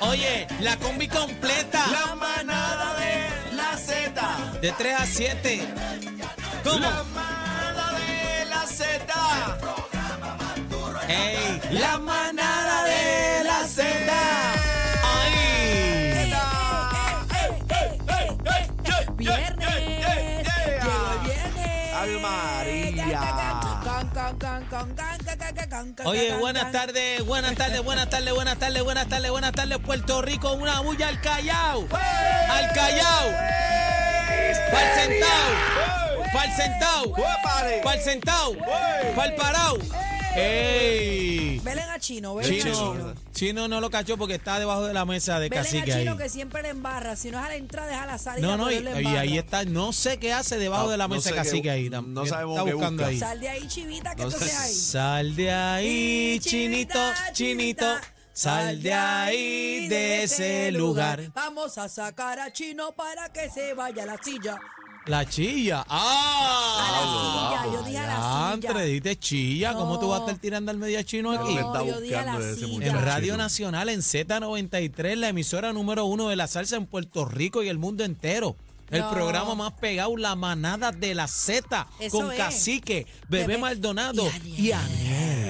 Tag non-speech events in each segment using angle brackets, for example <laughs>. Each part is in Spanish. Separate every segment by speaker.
Speaker 1: Oye, la combi completa.
Speaker 2: La manada de la Z.
Speaker 1: De 3 a 7. ¿Cómo?
Speaker 2: La manada de la Z.
Speaker 1: ¡Ey!
Speaker 2: La manada de la Z.
Speaker 1: ¡Ay!
Speaker 3: Viernes. Llegó el viernes.
Speaker 2: Ave María.
Speaker 3: Can, can, can, can, can, can, can, can, can, can,
Speaker 1: Oye,
Speaker 3: can,
Speaker 1: buenas
Speaker 3: can.
Speaker 1: tardes, buenas tardes, buenas tardes, buenas tardes, buenas tardes, buenas tardes, Puerto Rico, una bulla al Callao, al Callao, pa'l Centao, pa'l Centao,
Speaker 2: ¡Uépale!
Speaker 1: pa'l Centao, pa'l Parao. ¡Ey!
Speaker 3: Velen a Chino, velen a
Speaker 1: Eh. Chino,
Speaker 3: Chino.
Speaker 1: Chino no lo cachó porque está debajo de la mesa de
Speaker 3: Velen a
Speaker 1: cacique ahí.
Speaker 3: Chino que siempre le embarra. Si no es a la entrada, es a la salida.
Speaker 1: No, no, y,
Speaker 3: pero él le
Speaker 1: y ahí
Speaker 3: embarra.
Speaker 1: está, no sé qué hace debajo
Speaker 2: No,
Speaker 1: de la
Speaker 2: no
Speaker 1: mesa
Speaker 2: sé
Speaker 1: cacique
Speaker 2: qué-
Speaker 1: ahí.
Speaker 2: no
Speaker 1: tam-
Speaker 2: sabemos
Speaker 1: está
Speaker 2: qué
Speaker 1: buscando
Speaker 2: busca.
Speaker 1: ahí.
Speaker 3: Sal de ahí, chivita, que
Speaker 2: No
Speaker 3: entonces
Speaker 2: sé.
Speaker 3: ahí.
Speaker 1: Sal de ahí, chinito, chinito. Sal de ahí, de ese lugar.
Speaker 3: Vamos a sacar a Chino para que se vaya a la silla.
Speaker 1: La chilla.
Speaker 3: A la
Speaker 1: ¡Ah!
Speaker 3: silla, yo dije a la silla.
Speaker 1: Diantre, diste chilla. ¿Cómo tú vas a estar tirando al medio chino aquí?
Speaker 2: ¿Dónde
Speaker 3: No, yo dije a la
Speaker 2: ese
Speaker 3: silla.
Speaker 2: muchacho?
Speaker 1: En
Speaker 3: ya.
Speaker 1: Radio Nacional, en Z93, la emisora número uno de la salsa en Puerto Rico y el mundo entero. El
Speaker 3: No.
Speaker 1: programa más pegado, la manada de la Z,
Speaker 3: Eso
Speaker 1: con
Speaker 3: es.
Speaker 1: Cacique, Bebé,
Speaker 3: Bebé
Speaker 1: Maldonado
Speaker 3: y
Speaker 1: y Aniel.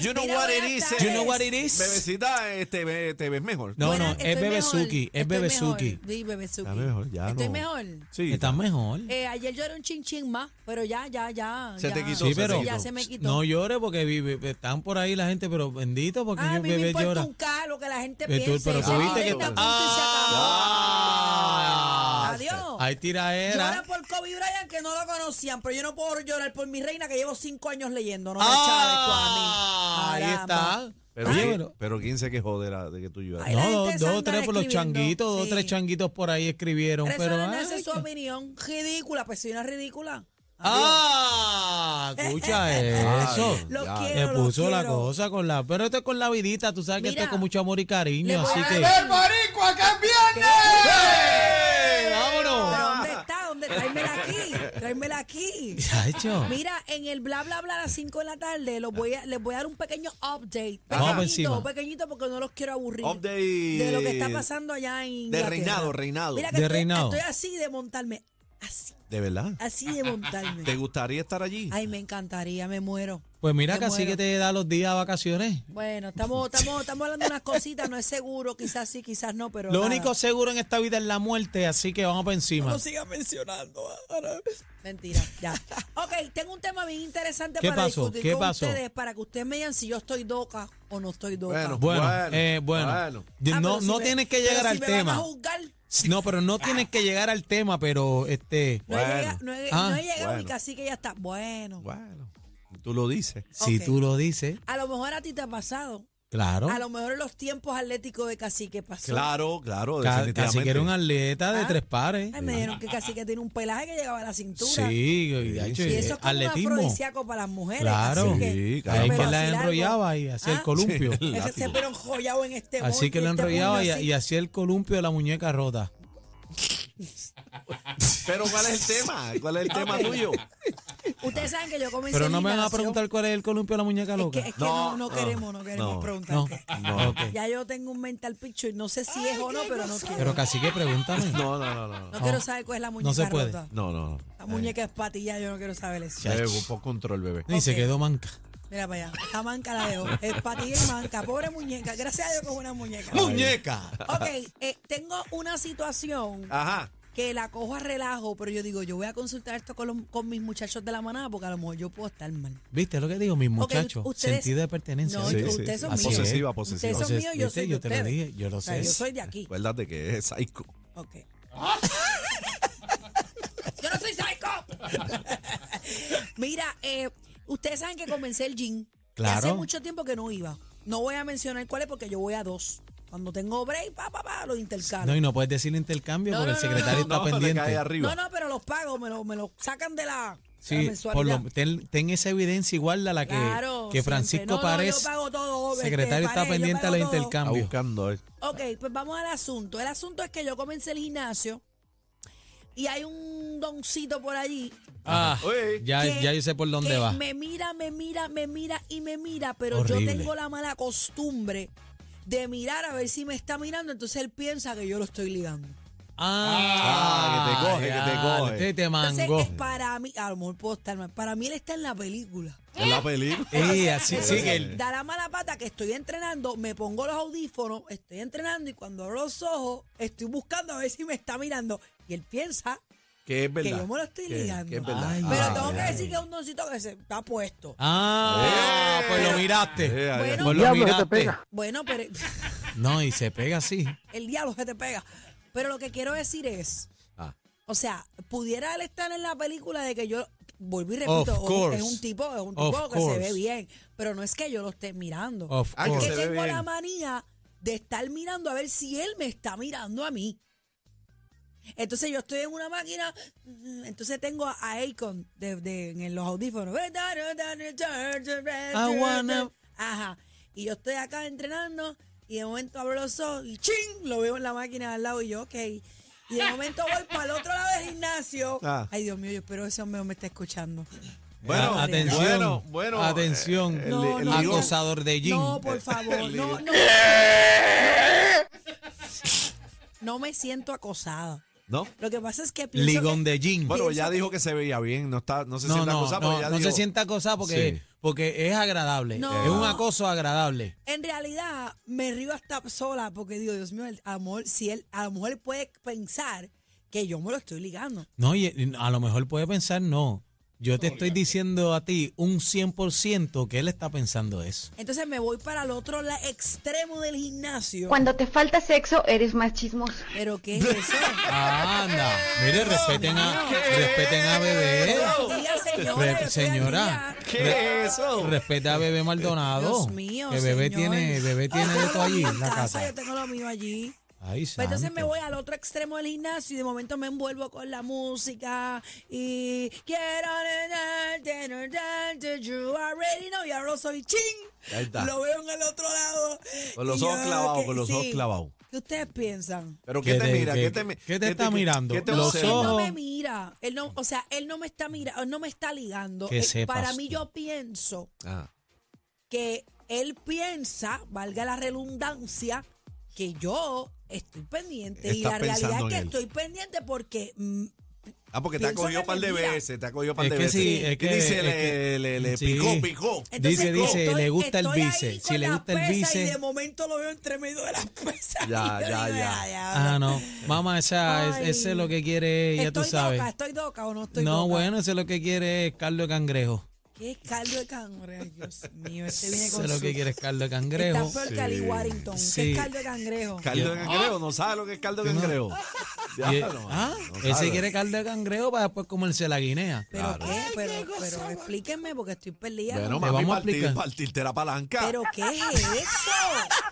Speaker 2: You know
Speaker 3: Mira,
Speaker 2: what it
Speaker 3: buenas
Speaker 2: is.
Speaker 3: tardes.
Speaker 1: You know what it is?
Speaker 2: Bebecita, eh, te, ve- te ves mejor.
Speaker 1: No,
Speaker 3: Buena,
Speaker 1: no,
Speaker 3: estoy
Speaker 1: es Bebezuki,
Speaker 3: mejor,
Speaker 1: es
Speaker 3: estoy
Speaker 1: Bebezuki.
Speaker 3: mejor. Sí, Bebezuki.
Speaker 2: Está mejor, ya
Speaker 3: Estoy
Speaker 2: no.
Speaker 3: mejor.
Speaker 2: Sí.
Speaker 1: Estás mejor.
Speaker 3: Eh, ayer yo era un chin chin más, pero ya, ya, ya.
Speaker 2: Se
Speaker 3: ya.
Speaker 2: te quitó,
Speaker 1: Sí, pero-
Speaker 3: ya se me quitó.
Speaker 1: No llores porque vi- vi- están por ahí la gente, pero bendito porque
Speaker 3: Ah, a
Speaker 1: yo
Speaker 3: mí me
Speaker 1: bebé
Speaker 3: importa
Speaker 1: llora.
Speaker 3: un K lo que la gente
Speaker 1: Eh, tú-
Speaker 3: piense.
Speaker 1: pero
Speaker 3: Ya
Speaker 1: tú
Speaker 3: la
Speaker 1: viste que
Speaker 3: directa,
Speaker 1: está-
Speaker 3: punto, y se
Speaker 1: Ah. ¿eh?
Speaker 3: acabó. Adiós.
Speaker 1: Ahí tira
Speaker 3: Llora
Speaker 1: era.
Speaker 3: por Kobe Bryant que no lo conocían, pero yo no puedo llorar por mi reina que llevo cinco años leyendo. No me
Speaker 1: Ah,
Speaker 3: echa
Speaker 1: ahí
Speaker 3: de cuadra a mí.
Speaker 1: está.
Speaker 2: Pero,
Speaker 1: Oye,
Speaker 2: ¿quién,
Speaker 1: pero-
Speaker 2: pero quién se quejó de, la, de que tú lloras.
Speaker 3: Ay, la
Speaker 1: no, dos,
Speaker 3: gente se
Speaker 1: dos o
Speaker 3: anda
Speaker 1: tres por los
Speaker 3: escribiendo,
Speaker 1: changuitos, dos o
Speaker 3: sí.
Speaker 1: tres changuitos por ahí escribieron,
Speaker 3: Pero
Speaker 1: pero
Speaker 3: eso no
Speaker 1: ay,
Speaker 3: es su
Speaker 1: que-
Speaker 3: opinión. Ridícula, pues soy una ridícula.
Speaker 1: Ah,
Speaker 3: <laughs>
Speaker 1: escucha eso.
Speaker 3: Los
Speaker 2: ya.
Speaker 1: Le
Speaker 3: quiero, los
Speaker 1: puso la
Speaker 3: quiero.
Speaker 1: cosa con la, pero esto es con la vidita, tú sabes que esto
Speaker 3: Mira,
Speaker 1: es con mucho amor y
Speaker 3: le
Speaker 1: cariño,
Speaker 3: voy
Speaker 1: así
Speaker 3: a
Speaker 1: que
Speaker 3: dar-
Speaker 2: boricua que viene!
Speaker 3: Pero
Speaker 1: vámonos.
Speaker 3: ¿dónde está? ¿Dónde? Tráemela aquí. Tráemela aquí.
Speaker 1: Chacho.
Speaker 3: Mira, en el bla bla bla a las 5 de la tarde los voy a, les voy a dar un pequeño update.
Speaker 1: Vamos por
Speaker 3: Pequeñito,
Speaker 1: encima.
Speaker 3: pequeñito porque no los quiero aburrir.
Speaker 2: Update.
Speaker 3: De lo que está pasando allá en
Speaker 2: De
Speaker 3: Inglaterra.
Speaker 2: reinado, reinado.
Speaker 3: Mira que
Speaker 1: De
Speaker 3: estoy,
Speaker 1: reinado.
Speaker 3: estoy así de montarme. Así,
Speaker 2: ¿De verdad?
Speaker 3: así de montarme.
Speaker 2: ¿Te gustaría estar allí?
Speaker 3: Ay, me encantaría, me muero.
Speaker 1: Pues mira
Speaker 3: Me
Speaker 1: que así
Speaker 3: muero.
Speaker 1: que te da los días de vacaciones.
Speaker 3: Bueno, estamos, estamos, estamos hablando de unas cositas, no es seguro, quizás sí, quizás no, pero.
Speaker 1: Lo
Speaker 3: nada.
Speaker 1: único seguro en esta vida es la muerte, así que vamos para encima.
Speaker 3: sigas mencionando ahora. Mentira, ya. Ok, tengo un tema bien interesante
Speaker 1: ¿Qué
Speaker 3: para
Speaker 1: pasó?
Speaker 3: discutir
Speaker 1: ¿Qué
Speaker 3: con
Speaker 1: pasó?
Speaker 3: ustedes para que ustedes me digan si yo estoy doca o no estoy doca.
Speaker 2: Bueno,
Speaker 1: Bueno,
Speaker 2: Bueno,
Speaker 1: eh, bueno.
Speaker 2: bueno.
Speaker 1: Yo-
Speaker 3: Ah,
Speaker 1: no
Speaker 3: pero si
Speaker 1: no
Speaker 3: me-
Speaker 1: tienes que
Speaker 3: pero
Speaker 1: llegar
Speaker 3: si
Speaker 1: al
Speaker 3: me
Speaker 1: tema.
Speaker 3: Van a juzgar,
Speaker 1: No, pero no tienes que llegar al tema, pero este.
Speaker 3: no,
Speaker 2: Bueno.
Speaker 3: he llegado, no, he,
Speaker 1: Ah,
Speaker 3: no he llegado ni
Speaker 2: bueno.
Speaker 3: casi que ya está. Bueno,
Speaker 2: Bueno, tú lo dices.
Speaker 1: Si
Speaker 3: Ok.
Speaker 1: tú lo dices,
Speaker 3: a lo mejor a ti te ha pasado.
Speaker 1: claro.
Speaker 3: A lo mejor en los tiempos atléticos de Cacique pasó.
Speaker 2: Claro, claro,
Speaker 1: Ca- Casi que
Speaker 2: definitivamente.
Speaker 1: era un atleta de
Speaker 3: Ah.
Speaker 1: tres pares.
Speaker 3: Ay, me dijeron que Cacique tiene un pelaje que llegaba a la cintura.
Speaker 1: Sí, de hecho,
Speaker 3: Y eso es como un
Speaker 1: atletismo.
Speaker 3: afrodisíaco para las mujeres.
Speaker 1: Claro.
Speaker 3: así que-
Speaker 2: Sí, claro.
Speaker 1: Ahí
Speaker 3: Pero
Speaker 1: que la
Speaker 3: así largo.
Speaker 1: enrollaba y hacía el
Speaker 3: Ah.
Speaker 1: <laughs> columpio.
Speaker 2: Sí.
Speaker 3: Ese se
Speaker 2: Látigo.
Speaker 3: pero enjollado en este
Speaker 1: Así que
Speaker 3: lo
Speaker 1: la enrollaba y, y hacía el columpio de la muñeca rota.
Speaker 2: Pero ¿cuál es el tema? ¿Cuál es el tema tuyo?
Speaker 3: Ustedes saben que yo comencé
Speaker 1: Pero
Speaker 3: el
Speaker 1: no me van a
Speaker 3: gimnasio.
Speaker 1: preguntar cuál es el columpio de la muñeca
Speaker 3: Es
Speaker 1: loca.
Speaker 3: que, es que no,
Speaker 2: No,
Speaker 3: no
Speaker 2: no,
Speaker 3: queremos, no queremos
Speaker 2: no.
Speaker 1: No,
Speaker 3: preguntarte.
Speaker 2: No.
Speaker 1: <laughs> ok.
Speaker 3: Ya yo tengo un mental picture, no sé si es o no, pero no quiero.
Speaker 1: Pero casi que pregúntame.
Speaker 3: <laughs>
Speaker 2: No, no, no, no.
Speaker 3: no
Speaker 2: No,
Speaker 3: quiero saber cuál es la muñeca
Speaker 1: se puede.
Speaker 3: rota.
Speaker 2: no, no. no.
Speaker 3: La
Speaker 2: Eh,
Speaker 3: muñeca es patilla, yo no quiero saber eso.
Speaker 2: bebé, un poco control, bebé.
Speaker 1: Y se
Speaker 3: Ok.
Speaker 1: quedó manca.
Speaker 3: Mira para allá, la manca la dejo. Es patilla y manca, pobre muñeca. Gracias a Dios que es una muñeca.
Speaker 1: ¡Muñeca!
Speaker 3: Ok, eh, tengo una situación
Speaker 2: Ajá.
Speaker 3: que la cojo a relajo, pero yo digo, yo voy a consultar esto con, los- con mis muchachos de la manada porque a lo mejor yo puedo estar mal.
Speaker 1: ¿Viste lo que digo, mis muchachos?
Speaker 3: u- ustedes-
Speaker 1: Sentido de pertenencia.
Speaker 3: No,
Speaker 1: ¿viste?
Speaker 3: yo- ustedes son
Speaker 1: Así
Speaker 3: míos.
Speaker 2: Posesiva,
Speaker 3: Ustedes
Speaker 2: posesiva.
Speaker 3: son
Speaker 1: Entonces,
Speaker 3: míos, yo
Speaker 1: ¿viste?
Speaker 3: soy de
Speaker 1: Yo te lo
Speaker 3: ustedes.
Speaker 1: dije, yo lo
Speaker 3: O sea,
Speaker 1: sé.
Speaker 3: Yo soy de aquí.
Speaker 2: Acuérdate que es psycho.
Speaker 3: Ok. <laughs> ¡Yo no soy psycho! <laughs> Mira, eh, ustedes saben que comencé el gym. que Hace
Speaker 1: Claro.
Speaker 3: mucho tiempo que no iba. No voy a mencionar cuál es porque yo voy a dos. Cuando tengo break, pa, pa, pa, los intercalo.
Speaker 1: No, y no puedes decir intercambio
Speaker 3: No,
Speaker 1: porque
Speaker 3: no,
Speaker 1: el secretario
Speaker 3: no,
Speaker 2: No,
Speaker 1: está
Speaker 2: te
Speaker 1: pendiente.
Speaker 2: cae arriba.
Speaker 3: No, no, pero los pago, me los me lo sacan de la, de la
Speaker 1: Sí, por
Speaker 3: mensualidad.
Speaker 1: lo, ten, ten esa evidencia igual a la que,
Speaker 3: Claro,
Speaker 1: que
Speaker 3: siempre. No,
Speaker 1: Francisco
Speaker 3: no,
Speaker 1: Párez,
Speaker 3: yo pago todo, este,
Speaker 1: secretario, está
Speaker 3: Párez, yo
Speaker 1: pendiente a
Speaker 3: pago
Speaker 1: los
Speaker 3: todo.
Speaker 2: Está
Speaker 1: intercambios.
Speaker 2: buscando él.
Speaker 3: Ok, pues vamos al asunto. El asunto es que yo comencé el gimnasio y hay un doncito por allí
Speaker 1: Ah,
Speaker 2: Oye.
Speaker 1: ya,
Speaker 3: que-
Speaker 1: ya yo sé por dónde
Speaker 3: que
Speaker 1: va.
Speaker 3: Me mira, me mira, me mira y me mira, pero
Speaker 1: Horrible.
Speaker 3: yo tengo la mala costumbre de mirar a ver si me está mirando, entonces él piensa que yo lo estoy ligando.
Speaker 2: Ah, que te coge, que te coge.
Speaker 1: este Te, te
Speaker 3: Entonces,
Speaker 1: mango.
Speaker 3: es para mí, a lo mejor puedo estar mal, para mí él está en la película.
Speaker 2: En la película.
Speaker 3: Eh,
Speaker 1: Ey, Eh, así, sí,
Speaker 3: Entonces,
Speaker 1: que el-
Speaker 3: Da la mala pata que estoy entrenando, me pongo los audífonos, estoy entrenando y cuando abro los ojos, estoy buscando a ver si me está mirando. Y él piensa
Speaker 2: Que es verdad.
Speaker 3: que yo me lo estoy
Speaker 2: Que-
Speaker 3: ligando.
Speaker 2: Que es verdad.
Speaker 1: Ay,
Speaker 3: Pero
Speaker 1: Ah,
Speaker 3: tengo que
Speaker 1: ya.
Speaker 3: decir que es un doncito que se está puesto.
Speaker 1: Ah, pues lo miraste.
Speaker 2: Eh,
Speaker 3: Bueno.
Speaker 1: Pues lo
Speaker 4: Diablo, que te
Speaker 1: miraste.
Speaker 4: pega.
Speaker 3: Bueno, pero <laughs>
Speaker 1: No, y se pega así.
Speaker 3: el diablo que te pega. Pero lo que quiero decir es,
Speaker 2: Ah,
Speaker 3: o sea, pudiera él estar en la película de que yo, volví y repito,
Speaker 1: Of
Speaker 3: es un-
Speaker 1: course.
Speaker 3: es un tipo, es un
Speaker 1: Of
Speaker 3: tipo que se ve
Speaker 1: course.
Speaker 3: bien, pero no es que yo lo esté mirando.
Speaker 1: Of
Speaker 2: Ah, que
Speaker 3: que
Speaker 1: course.
Speaker 2: se ve
Speaker 3: tengo la
Speaker 2: bien.
Speaker 3: manía de estar mirando a ver si él me está mirando a mí. Entonces yo estoy en una máquina, mm, entonces tengo a a Akon de, de- en los audífonos.
Speaker 1: wanna-
Speaker 3: Ajá. Y yo estoy acá entrenando y de momento abro los ojos y ching, lo veo en la máquina al lado y yo, ok. Y de momento voy para el otro lado del gimnasio.
Speaker 2: Ah.
Speaker 3: Ay, Dios mío, yo espero que ese hombre me está escuchando.
Speaker 2: Bueno,
Speaker 1: Ah, atención.
Speaker 2: bueno, bueno.
Speaker 1: Atención.
Speaker 2: Eh,
Speaker 3: No,
Speaker 2: el-
Speaker 3: no,
Speaker 2: el-
Speaker 3: no.
Speaker 1: Acosador de Jim.
Speaker 3: No, por favor,
Speaker 2: El
Speaker 3: no,
Speaker 2: lío.
Speaker 3: no. No me siento acosada.
Speaker 2: ¿No?
Speaker 3: Lo que pasa es que pienso
Speaker 1: Ligón
Speaker 3: que-
Speaker 1: de Jim.
Speaker 2: Bueno, ya
Speaker 3: Pienso que-
Speaker 2: dijo que se veía bien, no está, no se
Speaker 1: No,
Speaker 2: sienta
Speaker 1: no,
Speaker 2: acosada, pero
Speaker 1: no,
Speaker 2: ya
Speaker 1: no
Speaker 2: dijo-
Speaker 1: se sienta acosada porque,
Speaker 2: Sí.
Speaker 1: porque es agradable.
Speaker 3: No.
Speaker 1: Es un acoso agradable.
Speaker 3: en realidad me río hasta sola porque digo, Dios mío, el amor, si él, a lo mejor él puede pensar que yo me lo estoy ligando.
Speaker 1: No, y y a lo mejor puede pensar, no. Yo te estoy diciendo a ti un 100% que él está pensando eso.
Speaker 3: Entonces me voy para el otro la- extremo del gimnasio.
Speaker 5: Cuando te falta sexo, eres más chismoso.
Speaker 3: ¿Pero qué es eso?
Speaker 1: Anda, mire, respeten a, respeten a bebé.
Speaker 3: Buenos días, señora.
Speaker 1: Re-
Speaker 3: yo estoy al
Speaker 1: señora.
Speaker 3: día.
Speaker 2: ¿Qué es eso?
Speaker 1: Respete a bebé Maldonado.
Speaker 3: Dios mío,
Speaker 1: que bebé
Speaker 3: señor.
Speaker 1: tiene, bebé
Speaker 3: Yo
Speaker 1: tiene
Speaker 3: tengo
Speaker 1: de todo
Speaker 3: lo mío
Speaker 1: allí
Speaker 3: en
Speaker 1: en la
Speaker 3: casa,
Speaker 1: casa.
Speaker 3: Yo tengo lo mío allí.
Speaker 1: Ay,
Speaker 3: Pues entonces me
Speaker 1: santo.
Speaker 3: voy al otro extremo del gimnasio y de momento me envuelvo con la música y quiero you already know y ahora soy ching.
Speaker 2: Ahí está.
Speaker 3: Lo veo en el otro lado.
Speaker 2: Con los
Speaker 3: Y
Speaker 2: ojos
Speaker 3: yo,
Speaker 2: clavados,
Speaker 3: ¿qué?
Speaker 2: con los ojos clavados.
Speaker 3: ¿Qué ustedes piensan?
Speaker 2: Pero ¿qué
Speaker 1: ¿Qué
Speaker 2: te,
Speaker 1: te-
Speaker 2: mira?
Speaker 1: qué-
Speaker 2: ¿Qué te, mi-
Speaker 1: qué te está mirando?
Speaker 2: ¿Qué te
Speaker 1: Los
Speaker 3: Él
Speaker 2: observa?
Speaker 1: ojos.
Speaker 3: no me mira, él no, o sea, él no me está mirando, no me está ligando.
Speaker 1: Que
Speaker 3: Eh,
Speaker 1: sepas
Speaker 3: Para mí
Speaker 1: tú.
Speaker 3: yo pienso
Speaker 2: Ah,
Speaker 3: que él piensa, valga la redundancia, que yo estoy pendiente. y
Speaker 2: Estás
Speaker 3: la realidad
Speaker 2: pensando
Speaker 3: es que
Speaker 2: en él.
Speaker 3: estoy pendiente porque mm,
Speaker 2: Ah, porque te ha
Speaker 3: Pienso
Speaker 2: cogido
Speaker 3: que
Speaker 2: un par de
Speaker 3: me mira.
Speaker 2: veces, te ha cogido un par
Speaker 1: Es
Speaker 2: de
Speaker 1: que
Speaker 2: veces.
Speaker 1: sí, es
Speaker 2: Y
Speaker 1: que-
Speaker 2: dice,
Speaker 1: es
Speaker 2: le,
Speaker 1: que-
Speaker 2: le- le
Speaker 1: sí.
Speaker 2: picó, picó.
Speaker 1: Dice,
Speaker 3: Entonces,
Speaker 1: dice,
Speaker 3: estoy-
Speaker 1: le gusta el
Speaker 3: estoy ahí
Speaker 1: bíceps.
Speaker 3: con
Speaker 1: Si le
Speaker 3: la
Speaker 1: gusta el
Speaker 3: pesa Y
Speaker 1: bíceps-
Speaker 3: de momento lo veo entre medio de <laughs> las pesas.
Speaker 2: Ya,
Speaker 3: Y yo
Speaker 2: ya,
Speaker 3: digo,
Speaker 2: ya.
Speaker 1: Ah, no. Mamá, esa, es-
Speaker 3: Ay.
Speaker 1: ese es lo que quiere, ya tú
Speaker 3: estoy
Speaker 1: sabes.
Speaker 3: Doca, estoy doca o no estoy
Speaker 1: No,
Speaker 3: doca.
Speaker 1: bueno, eso es lo que quiere es Carlos Cangrejo.
Speaker 3: Qué caldo de cangrejo. Ay, Dios mío, este viene
Speaker 1: Eso
Speaker 3: con
Speaker 1: es lo
Speaker 3: su-
Speaker 1: que quiere es Carlos
Speaker 3: Está
Speaker 1: Cangrejo.
Speaker 3: peor que Ali Warrington.
Speaker 1: Sí.
Speaker 3: Qué caldo de cangrejo.
Speaker 2: Caldo de cangrejo, no sabe lo que es caldo de cangrejo.
Speaker 1: Y-
Speaker 2: Ya, no,
Speaker 1: ah,
Speaker 2: no
Speaker 1: él se
Speaker 2: sabe.
Speaker 1: quiere Carlos Cangrejo para después comerse la guinea.
Speaker 3: Pero qué, pero, pero explíquenme porque estoy perdida.
Speaker 2: Bueno,
Speaker 1: Te
Speaker 2: mami,
Speaker 1: vamos a
Speaker 2: partir,
Speaker 1: explicar.
Speaker 2: partirte la palanca.
Speaker 3: pero qué es eso.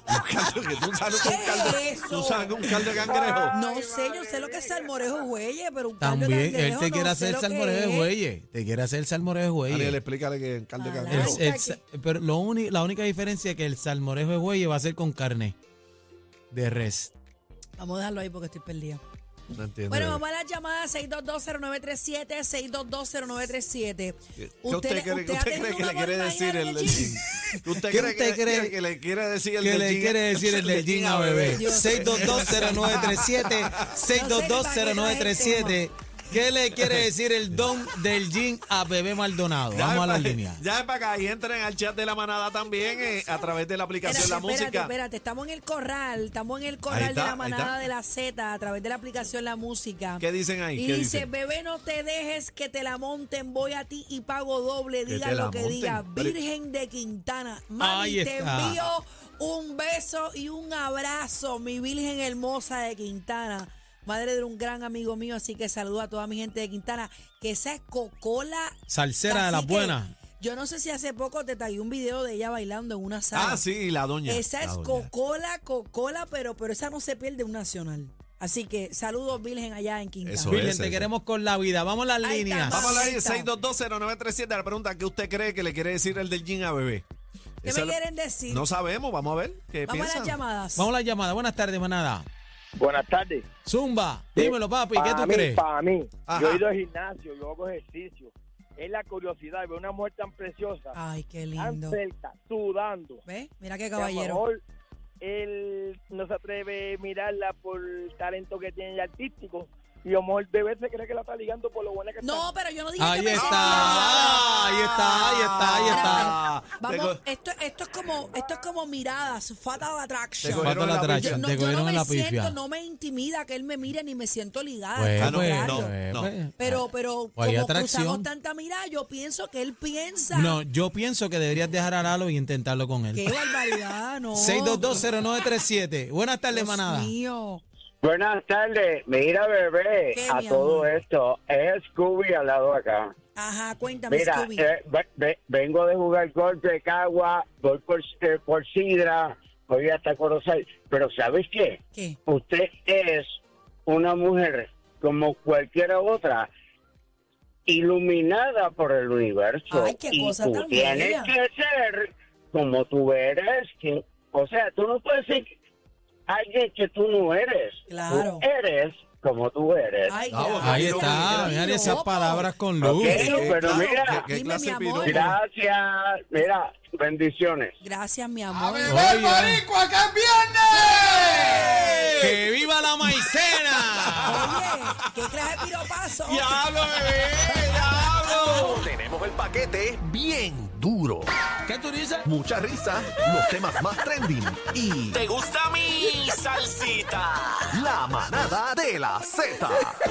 Speaker 2: Un caldo que tú sabes con
Speaker 3: ¿Qué
Speaker 2: caldo.
Speaker 3: es
Speaker 2: Tú
Speaker 3: eso?
Speaker 2: sabes con caldo de cangrejo.
Speaker 3: No sé, yo sé lo que es salmorejo güeyes, pero un caldo de
Speaker 1: También, él
Speaker 3: cangrejo
Speaker 2: este
Speaker 1: te
Speaker 3: no
Speaker 1: quiere
Speaker 3: sé
Speaker 1: hacer
Speaker 3: lo que
Speaker 1: salmorejo
Speaker 3: es.
Speaker 1: de güeyes. Te quiere hacer salmorejo de
Speaker 2: Ariel,
Speaker 1: güeyes.
Speaker 2: explícale que es caldo de
Speaker 3: Palanca.
Speaker 2: cangrejo.
Speaker 1: El- el sa- pero lo uni- la única diferencia es que el salmorejo de güeyes va a ser con carne de res.
Speaker 3: Vamos a dejarlo ahí porque estoy perdida.
Speaker 2: No entiendo.
Speaker 3: Bueno, vamos a la llamada 6220937, 6220937.
Speaker 2: ¿Qué usted, cree,
Speaker 3: ha
Speaker 2: usted cree
Speaker 3: tenido
Speaker 2: que
Speaker 3: una
Speaker 2: le quiere
Speaker 3: buena
Speaker 2: decir
Speaker 3: mañana
Speaker 2: el
Speaker 3: con
Speaker 2: del
Speaker 3: el
Speaker 2: jean? ¿Usted
Speaker 1: ¿Qué
Speaker 2: cree que,
Speaker 1: usted
Speaker 2: le-
Speaker 1: cree
Speaker 2: que le quiere decir el
Speaker 1: ¿Qué
Speaker 2: del
Speaker 1: le
Speaker 2: jean?
Speaker 1: quiere decir el del
Speaker 2: <laughs>
Speaker 1: jean a bebé?
Speaker 3: Dios.
Speaker 1: 6220937, 6220937. ¿Qué le quiere decir el don del jean a bebé Maldonado?
Speaker 2: Ya pues.
Speaker 1: Vamos a
Speaker 2: es pa-
Speaker 1: la línea.
Speaker 2: Ya es para acá y entren al chat de la manada también eh, a través de la aplicación
Speaker 3: Espérate,
Speaker 2: La
Speaker 3: espérate,
Speaker 2: Música.
Speaker 3: espérate, estamos en el corral, estamos en el corral
Speaker 2: está,
Speaker 3: de la
Speaker 2: ahí
Speaker 3: manada
Speaker 2: está.
Speaker 3: de la Z a través de la aplicación La Música.
Speaker 2: ¿Qué dicen ahí?
Speaker 3: Y
Speaker 2: ¿Qué
Speaker 3: dice,
Speaker 2: dicen?
Speaker 3: bebé, no te dejes que te la monten, voy a ti y pago doble,
Speaker 2: Que
Speaker 3: diga
Speaker 2: te la
Speaker 3: lo que
Speaker 2: monten.
Speaker 3: diga.
Speaker 2: Pero-
Speaker 3: Virgen de Quintana,
Speaker 1: Ahí
Speaker 3: mami, te
Speaker 1: está.
Speaker 3: envío un beso y un abrazo, mi Virgen hermosa de Quintana. Madre de un gran amigo mío, así que saludo a toda mi gente de Quintana, que esa es Cocola.
Speaker 1: Salsera de las
Speaker 3: Cacique.
Speaker 1: buenas.
Speaker 3: Yo no sé si hace poco te tagué un video de ella bailando en una sala.
Speaker 2: Ah, sí, la doña.
Speaker 3: Esa
Speaker 2: la
Speaker 3: es
Speaker 2: doña.
Speaker 3: Cocola, Cocola, pero, pero esa no se pierde un nacional. Así que saludos, Virgen, allá en Quintana.
Speaker 2: Eso es.
Speaker 1: Virgen, te queremos con la vida. Vamos a las
Speaker 3: Ahí está,
Speaker 1: líneas.
Speaker 3: vamos.
Speaker 2: Vamos a la
Speaker 3: Ahí está.
Speaker 2: 6220937. La pregunta que usted cree que le quiere decir el del jean a bebé.
Speaker 3: ¿Qué
Speaker 2: Esa
Speaker 3: me
Speaker 2: lo-
Speaker 3: quieren decir?
Speaker 2: No sabemos, vamos a ver qué
Speaker 3: Vamos a
Speaker 2: piensan.
Speaker 3: las llamadas.
Speaker 1: Vamos a la llamada. Buenas tardes, manada.
Speaker 6: Buenas tardes.
Speaker 1: Zumba, dímelo, papi, Pues, ¿qué
Speaker 6: Para
Speaker 1: tú
Speaker 6: mí,
Speaker 1: crees?
Speaker 6: Para mí,
Speaker 2: Ajá.
Speaker 6: yo he ido al gimnasio, yo hago ejercicio. Es la curiosidad de ver una mujer tan preciosa,
Speaker 3: Ay, qué
Speaker 6: tan
Speaker 3: Ah, lindo.
Speaker 6: cerca, sudando.
Speaker 3: ¿Ves? Mira qué
Speaker 6: Que a lo
Speaker 3: caballero.
Speaker 6: mejor él no se atreve a mirarla por el talento que tiene y artístico. Y a lo mejor de veces cree que la está ligando por lo buena que
Speaker 3: No, pero yo no dije
Speaker 1: Ahí
Speaker 3: que me
Speaker 1: está, ahí está, ahí está, ahí está.
Speaker 3: Ah. Vamos, esto, esto es como esto es como miradas, fatal
Speaker 2: Te
Speaker 3: attraction.
Speaker 2: cogieron
Speaker 1: Falta la
Speaker 2: la
Speaker 1: tracha,
Speaker 2: pifia.
Speaker 3: Yo no,
Speaker 1: te
Speaker 3: yo no
Speaker 1: cogieron en la
Speaker 3: me siento,
Speaker 1: pifia.
Speaker 3: no me intimida que él me mire ni me siento ligada.
Speaker 1: Pues,
Speaker 3: al
Speaker 2: Ah, no,
Speaker 1: pues,
Speaker 2: no,
Speaker 3: contrario.
Speaker 2: no.
Speaker 1: pues.
Speaker 3: Pero, pero
Speaker 1: Pues hay
Speaker 3: como
Speaker 1: atracción.
Speaker 3: cruzamos tanta mirada, yo pienso que él piensa.
Speaker 1: No, yo pienso que deberías dejar a Lalo y intentarlo con él.
Speaker 3: Qué barbaridad,
Speaker 1: <laughs>
Speaker 3: no.
Speaker 1: 6220937. Buenas tardes,
Speaker 3: Dios
Speaker 1: manada.
Speaker 3: mío.
Speaker 6: Buenas tardes. Mira, bebé,
Speaker 3: ¿Qué,
Speaker 6: a
Speaker 3: mi
Speaker 6: todo
Speaker 3: amor?
Speaker 6: esto. Es Scooby al lado acá.
Speaker 3: Ajá, cuéntame,
Speaker 6: Mira,
Speaker 3: Scooby.
Speaker 6: eh, ve- ve- vengo de jugar golf de Cagua, voy por, eh, por Sidra, voy hasta Corozal. Pero ¿sabes qué?
Speaker 3: ¿Qué?
Speaker 6: usted es una mujer como cualquiera otra, iluminada por el universo.
Speaker 3: Ay, qué
Speaker 6: y
Speaker 3: cosa
Speaker 6: tú
Speaker 3: tan
Speaker 6: tienes
Speaker 3: bella.
Speaker 6: que ser como tú eres. que- o sea, tú no puedes ser alguien que tú no eres.
Speaker 3: Claro.
Speaker 6: Tú eres como tú eres.
Speaker 3: Ay,
Speaker 2: Ah, bueno,
Speaker 3: gracias,
Speaker 1: Ahí está,
Speaker 3: mi
Speaker 1: vean
Speaker 3: loco.
Speaker 1: esas palabras con luz.
Speaker 6: Ok. Eh, pero mira.
Speaker 2: ¿qué, qué
Speaker 3: Dime,
Speaker 2: clase
Speaker 3: mi
Speaker 2: de
Speaker 3: amor.
Speaker 2: piropo?
Speaker 6: Gracias. Mira, bendiciones.
Speaker 3: Gracias, mi amor.
Speaker 1: Oiga. ¡Que viva la maicena!
Speaker 3: Oye, ¿qué clase de piropazo?
Speaker 1: ¡Diablo, bebé! ¡Diablo!
Speaker 4: Tenemos el paquete bien duro.
Speaker 1: ¿Qué tú dices?
Speaker 4: Mucha risa, los temas más trending y... ¿Te gusta mi salsita? La manada de la Z.